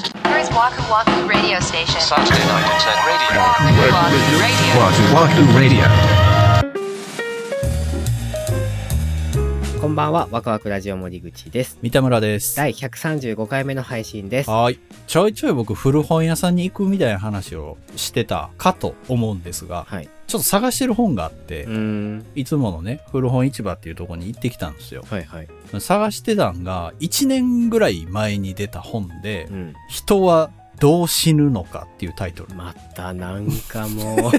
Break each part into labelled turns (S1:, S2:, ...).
S1: Waku Waku Radio Station.
S2: Saturday night at 10 radio.
S1: Waku Waku Radio.
S3: Wahoo Wahoo Radio.
S4: こんばんは、ワクワクラジオ森口です。
S5: 三田村です。
S4: 第135回目の配信です。
S5: はーい。ちょいちょい僕、古本屋さんに行くみたいな話をしてたかと思うんですが、
S4: はい。
S5: ちょっと探してる本があって、
S4: うーん。
S5: いつものね、古本市場っていうところに行ってきたんですよ。
S4: はいはい。
S5: 探してたんが、1年ぐらい前に出た本で、
S4: うん。
S5: 人はどう死ぬのかっていうタイトル。
S4: またなんかもう。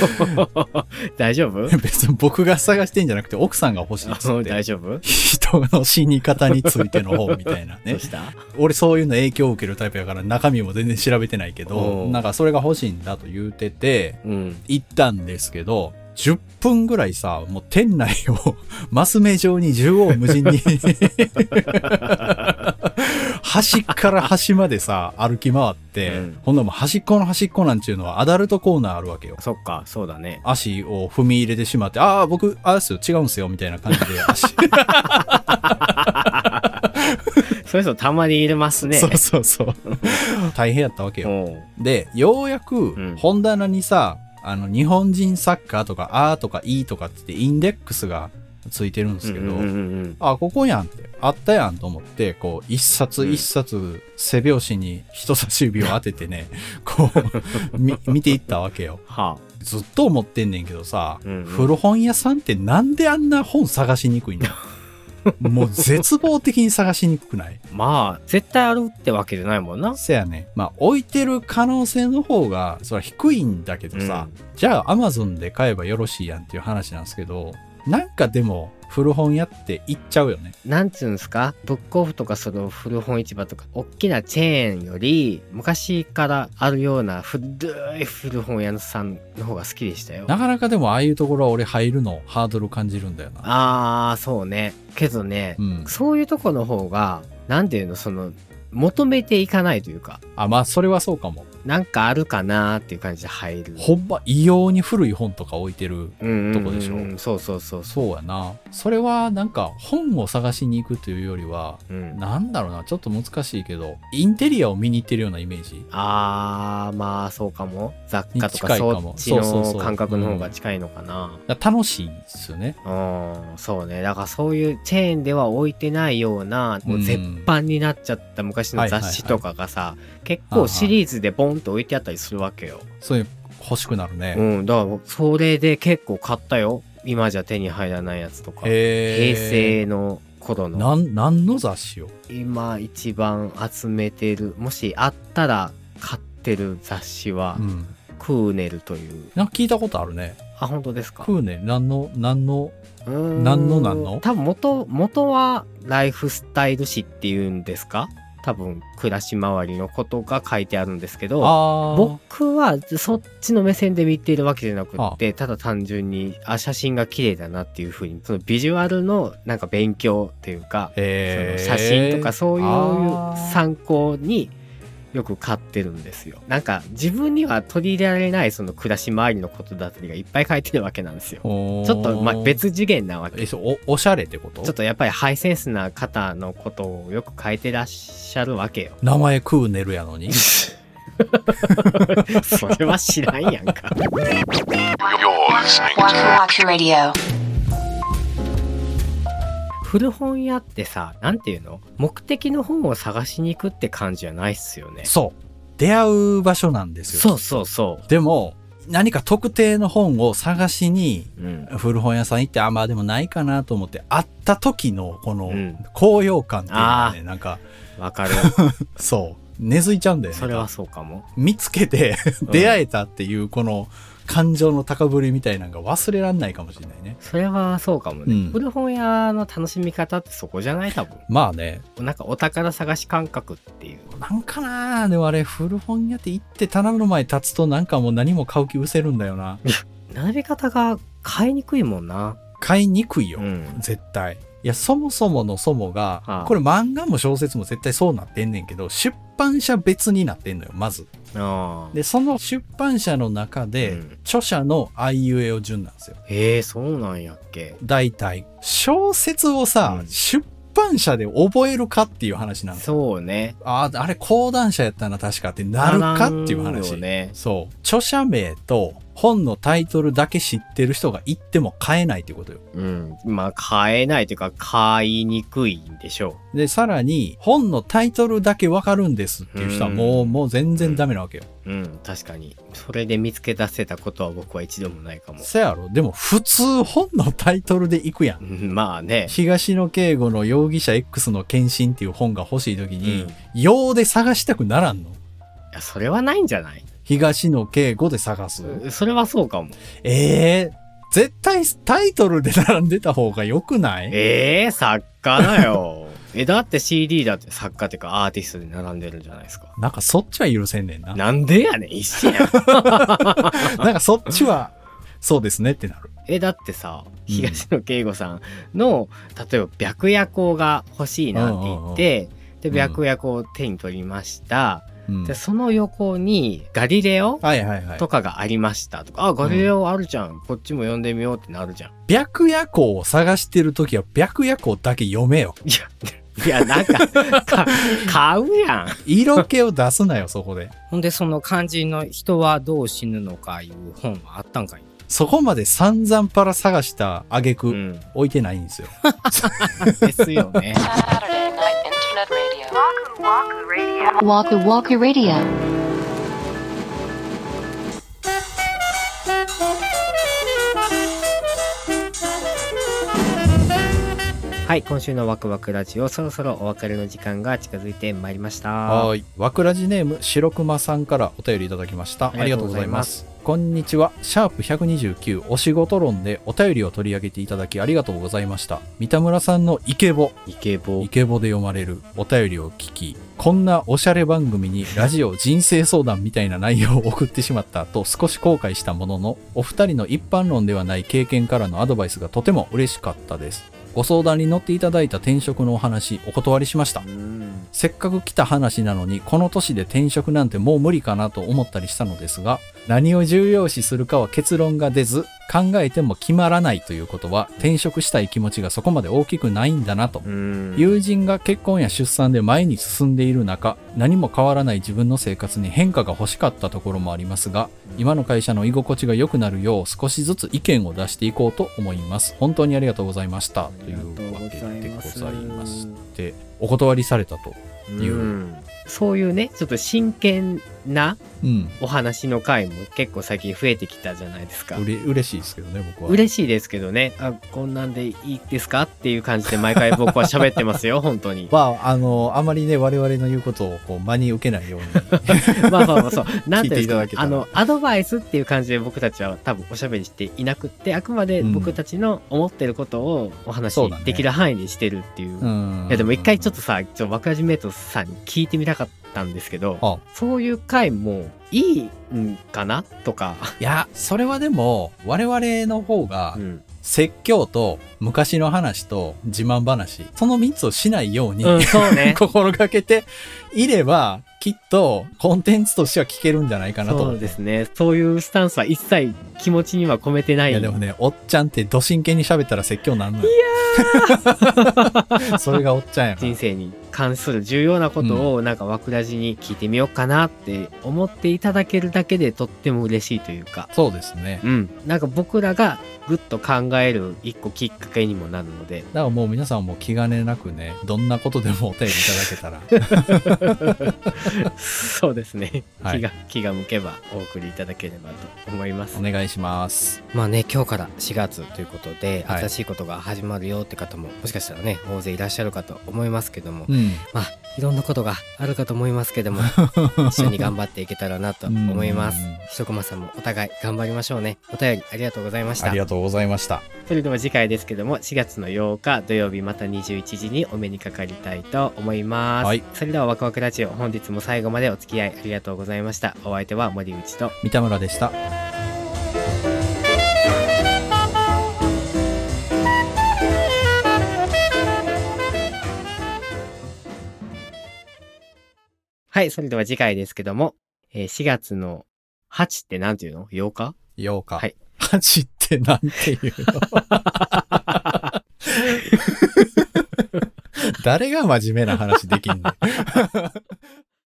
S4: 大 丈夫
S5: 別に僕が探してんじゃなくて、奥さんが欲しいっつ
S4: も
S5: っ
S4: う大
S5: て。
S4: 丈夫
S5: 人の死に方についての本みたいな
S4: ど
S5: ね
S4: う。した
S5: 俺そういうの影響を受けるタイプやから中身も全然調べてないけ
S4: お
S5: ど
S4: う
S5: なんかそれが欲しいんだと言うてて
S4: うん。
S5: 行ったんですけど10分ぐらいさもう店内を マス目状に縦横無尽に端から端までさ歩き回って、
S4: うん
S5: ほんならもう端っこの端っこなんちゅうのはアダルトコーナーあるわけよ
S4: そっか、そうだ ね。
S5: 足を踏み入れてしまって、ああ、僕、あれですよ、違うんすよ、みたいな感 じで足、
S4: そういう人たまにいれますね。
S5: そうそうそう。大変やったわけよ。
S4: おう
S5: でようや
S4: ん
S5: く本棚にさ、あの日本人サッカーとか「あ」とか「い」とかって言ってインデックスがついてるんですけど、
S4: うんうんうんうん
S5: あここやんってあったやんと思ってこう一冊一冊背拍子に人差し指を当ててね、 こうみ見ていったわけよ
S4: はあ。
S5: ずっと思ってんねんけどさ、
S4: うんうん
S5: 古本屋さんってなんであんな本探しにくい んだもう絶望的に探しにくくない
S4: まあ、絶対あるってわけじゃないもんな。
S5: せやね。まあ、置いてる可能性の方が、それは低いんだけどさ、じゃあ、アマゾンで買えばよろしいやんっていう話なんですけど、なんかでも、古本屋って行っちゃうよね。
S4: なんつうんですかブックオフとかその古本市場とか大きなチェーンより昔からあるような古い古本屋さんの方が好きでしたよ。
S5: なかなかでも、ああいうところは俺入るの、ハードル感じるんだよな。
S4: あーそうね。けどね、
S5: うん。
S4: そういうとこの方がなんていうのその求めていかないというか
S5: あ、まあ、それはそうかも。
S4: なんかあるかなーっていう感じで入る。
S5: ほんま、異様に古い本とか置いてる。
S4: うんうんうんうん
S5: とこでしょ
S4: そうそうそうそ
S5: そうやな。それは、なんか、本を探しに行くというよりは、
S4: う。うん、
S5: なんだろうな、ちょっと難しいけど、インテリアを見に行ってるようなイメージ。
S4: あーまあそうかも雑貨とか
S5: 近いか
S4: そ
S5: も
S4: っち
S5: そうそう
S4: の
S5: そう
S4: 感覚の方が近いのかな。
S5: だから楽しいですよね。
S4: うん、そうね。だからそういうチェーンでは置いてないような、もううん絶版になっちゃった昔の雑誌とかがさ、結構シリーズでボンと置いてあったりするわけよ。
S5: そういう、欲しくなるね。
S4: うん、だからそれで結構買ったよ。今じゃ手に入らないやつとか。
S5: へー
S4: 平成の頃の。
S5: なん、なんの雑誌を
S4: 今一番集めてる、もしあったら買ってる雑誌は、
S5: ん。
S4: クーネルという。
S5: なんか聞いたことあるね。
S4: あ、本当ですか
S5: 食うね。なんの、なんの、
S4: うーん
S5: 何の何の
S4: 多分元元はライフスタイル誌っていうんですか多分暮らし回りのことが書いてあるんですけど
S5: あー
S4: 僕はそっちの目線で見ているわけじゃなくってただ単純にあ写真が綺麗だなっていうふうにそのビジュアルのなんか勉強っていうか、
S5: へー
S4: その写真とかそう
S5: あ
S4: いう
S5: ー
S4: 参考によく買ってるんですよなんか自分には取り入れられないその暮らし回りのことだったりがいっぱい書いてるわけなんですよ。
S5: ほー
S4: ちょっとまあ別次元なわけ
S5: え、そう、お、おしゃれってこと。
S4: ちょっとやっぱりハイセンスな方のことをよく書いてらっしゃるわけ よ
S5: 名前食うねるやの に。
S4: それは知らんやんか。
S1: Waku Waku Radio.
S4: 古本屋ってさ、なんていうの目的の本を探しに行くって感じじゃないっすよね。
S5: そう。出会う場所なんですよ。
S4: そうそうそ
S5: でも、何か特定の本を探しに、
S4: う。うん。
S5: 古本屋さん行って、あ、まあでもないかなと思って、会った時の、こ
S4: う
S5: の
S4: ん、
S5: 高揚感っていうのがね、
S4: あ
S5: なんか、
S4: わ かる。
S5: そう、根付いちゃうんだよね。
S4: それはそうかも。
S5: 見つけて
S4: ん
S5: 出会えたっていうこの感情の高ぶりみたいなのが忘れらんないかもしれないね。
S4: それはそうかもね。
S5: うん
S4: 古本屋の楽しみ方ってそこじゃない多分。
S5: まあね、
S4: なんかお宝探し感覚っていう。
S5: なんかなあでもあれ古本屋って行って棚の前立つとなんかもう何も買う気失せるんだよな。
S4: 並び方が買いにくいもんな。
S5: 買いにくいよ、
S4: うん。
S5: 絶対。いや、そもそものそもが、
S4: はあ
S5: これ漫画も小説も絶対そうなってんねんけど、出版社別になってんのよ、まず。
S4: ああ。
S5: で、その出版社の中で、
S4: うん
S5: 著者のあいうえお順なんですよ。
S4: ええそうなんやっけ。
S5: 大体小説をさ、
S4: うん
S5: 出版社で覚えるかっていう話なんですよ
S4: そうね。
S5: ああ、あれ講談社やったな、確かってなるかっていう
S4: ならん
S5: 話。
S4: よね。
S5: そう。著者名と本のタイトルだけ知ってる人が行っても買えないってことよ。
S4: うん。まあ、買えないというか、買いにくいんでしょ
S5: で、さらに、本のタイトルだけわかるんですっていう人はもう、もう全然ダメなわけよ。
S4: う。うん、確かに。それで見つけ出せたことは僕は一度もないかも。
S5: せやろでも普通本のタイトルで行くやん
S4: う。んまあね。
S5: 東野圭吾の容疑者 X の献身っていう本が欲しい時に、
S4: うん
S5: 用で探したくならんの
S4: いや、それはないんじゃない
S5: 東野圭吾で探す。
S4: それはそうかも。
S5: ええ絶対タイトルで並んでた方が良くない
S4: ええ作家だよ。 え、だって CD だって作家っていうかアーティストで並んでるんじゃないですか。
S5: なんかそっちは許せんねんな。な
S4: なんでやねん、一緒やん。
S5: んかそっちは、そうですねってなる。
S4: え、だってさ、東野圭吾さんの、例えば白夜行が欲しいなって言って、で、
S5: うん
S4: 白夜行を手に取りました。
S5: うん
S4: で、その横にガリレオ
S5: はいはいはい。
S4: とかがありましたとか、あ、ガリレオあるじゃん。こっちも読んでみようってなるじゃん。
S5: 白夜行を探してる時は白夜行だけ読めよ。
S4: いや、いや、なんか、 か買うやん。
S5: 色気を出すなよ、そこで。
S3: ほんでその肝心の人はどう死ぬのかいう本はあったんかい
S5: そこまで散々パラ探した挙句、
S4: うん。
S5: 置いてないんですよ。
S4: ですよね。
S1: Saturday Night Internet Radio. Waku Waku Radio. Waku Waku Radio.
S4: はい、今週のワクワクラジオ、そろそろお別れの時間が近づいてまいりました。
S5: はーい。わくらじネーム、白熊さんからお便りいただきました。ありがとうございます。こんにちは。シャープ129お仕事論でお便りを取り上げていただきありがとうございました。三田村さんのイケボ、
S4: イケボ
S5: イ。ケボで読まれるお便りを聞き、こんなおしゃれ番組にラジオ人生相談みたいな内容を送ってしまったと少し後悔したものの、お二人の一般論ではない経験からのアドバイスがとても嬉しかったです。ご相談に乗っていただいた転職のお話、お断りしました。
S4: うん。
S5: せっかく来た話なのにこの年で転職なんてもう無理かなと思ったりしたのですが何を重要視するかは結論が出ず考えても決まらないということは転職したい気持ちがそこまで大きくないんだなと
S4: うん。
S5: 友人が結婚や出産で前に進んでいる中何も変わらない自分の生活に変化が欲しかったところもありますが今の会社の居心地が良くなるよう少しずつ意見を出していこうと思います本当にありがとうございましたというわけでございましてお断りされたという
S4: うんそういうね、ちょっと真剣な
S5: うん
S4: お話の回も結構最近増えてきたじゃないですか
S5: う。れ嬉しいですけどね僕は
S4: 嬉しいですけどね、あ、こんなんでいいですかっていう感じで毎回僕は喋ってます よ、本当に。
S5: まああのあまりね我々の言うことをこう真に受けないように
S4: まあまあまあそう。なんていうん
S5: 聞いて
S4: で
S5: い
S4: す
S5: た
S4: か
S5: だけたら
S4: あの、アドバイスっていう感じで僕たちは多分おしゃべりしていなくって、あくまで僕たちの思ってることをお話
S5: そうだ
S4: し
S5: ね
S4: できる範囲にしてるっていう。
S5: うん
S4: いやでも一回ちょっとさ、ちょっと若始めとさんに聞いてみたかったんですけ
S5: あ
S4: ど、そういう回もいいんかなとか、
S5: いやそれはでも我々の方が
S4: うん、
S5: 説教と昔の話と自慢話その3つをしないように、
S4: うんそうね。
S5: 心がけていればきっとコンテンツとしては聞けるんじゃないかなと
S4: そ
S5: 思
S4: うですね。そういうスタンスは一切気持ちには込めてないい。
S5: やでもね、おっちゃんってど真剣に喋ったら説教なんのよ。 それがおっちゃんやから
S4: 人。生に関する重要なことをなんか枠ラジに聞いてみようかなって思っていただけるだけでとっても嬉しいというか、
S5: そうですね。
S4: うん、なんか僕らがぐっと考える一個きっかけにもなるので、
S5: だからもう皆さんも気兼ねなくね、どんなことでもお便りいただけたら。
S4: そうですね、
S5: はい
S4: 気が気が向けばお送りいただければと思います
S5: お。願いします。
S3: まあね今日から4月ということで
S5: はい
S3: 新しいことが始まるよって方ももしかしたらね大勢いらっしゃるかと思いますけども
S5: うん。
S3: まあいろんなことがあるかと思いますけ ども一緒に頑張っていけたらなと思います
S5: うん
S3: ひとこまさんもお互い頑張りましょうねお便りありがとうございまし
S5: あ
S3: た
S5: りがとうございました。
S4: それでは次回ですけども4月の8日土曜日また21時にお目にかかりたいと思います。
S5: はい
S4: それではワクワクラジオ本日も最後までお付き合いありがとうございました。お相手は森内と
S5: 三田村でした。
S4: はい、それでは次回ですけども、えー4月の8ってなんていうの ?8 日
S5: 8日。
S4: はい
S5: 8って なんていうの誰が真面目な話できんの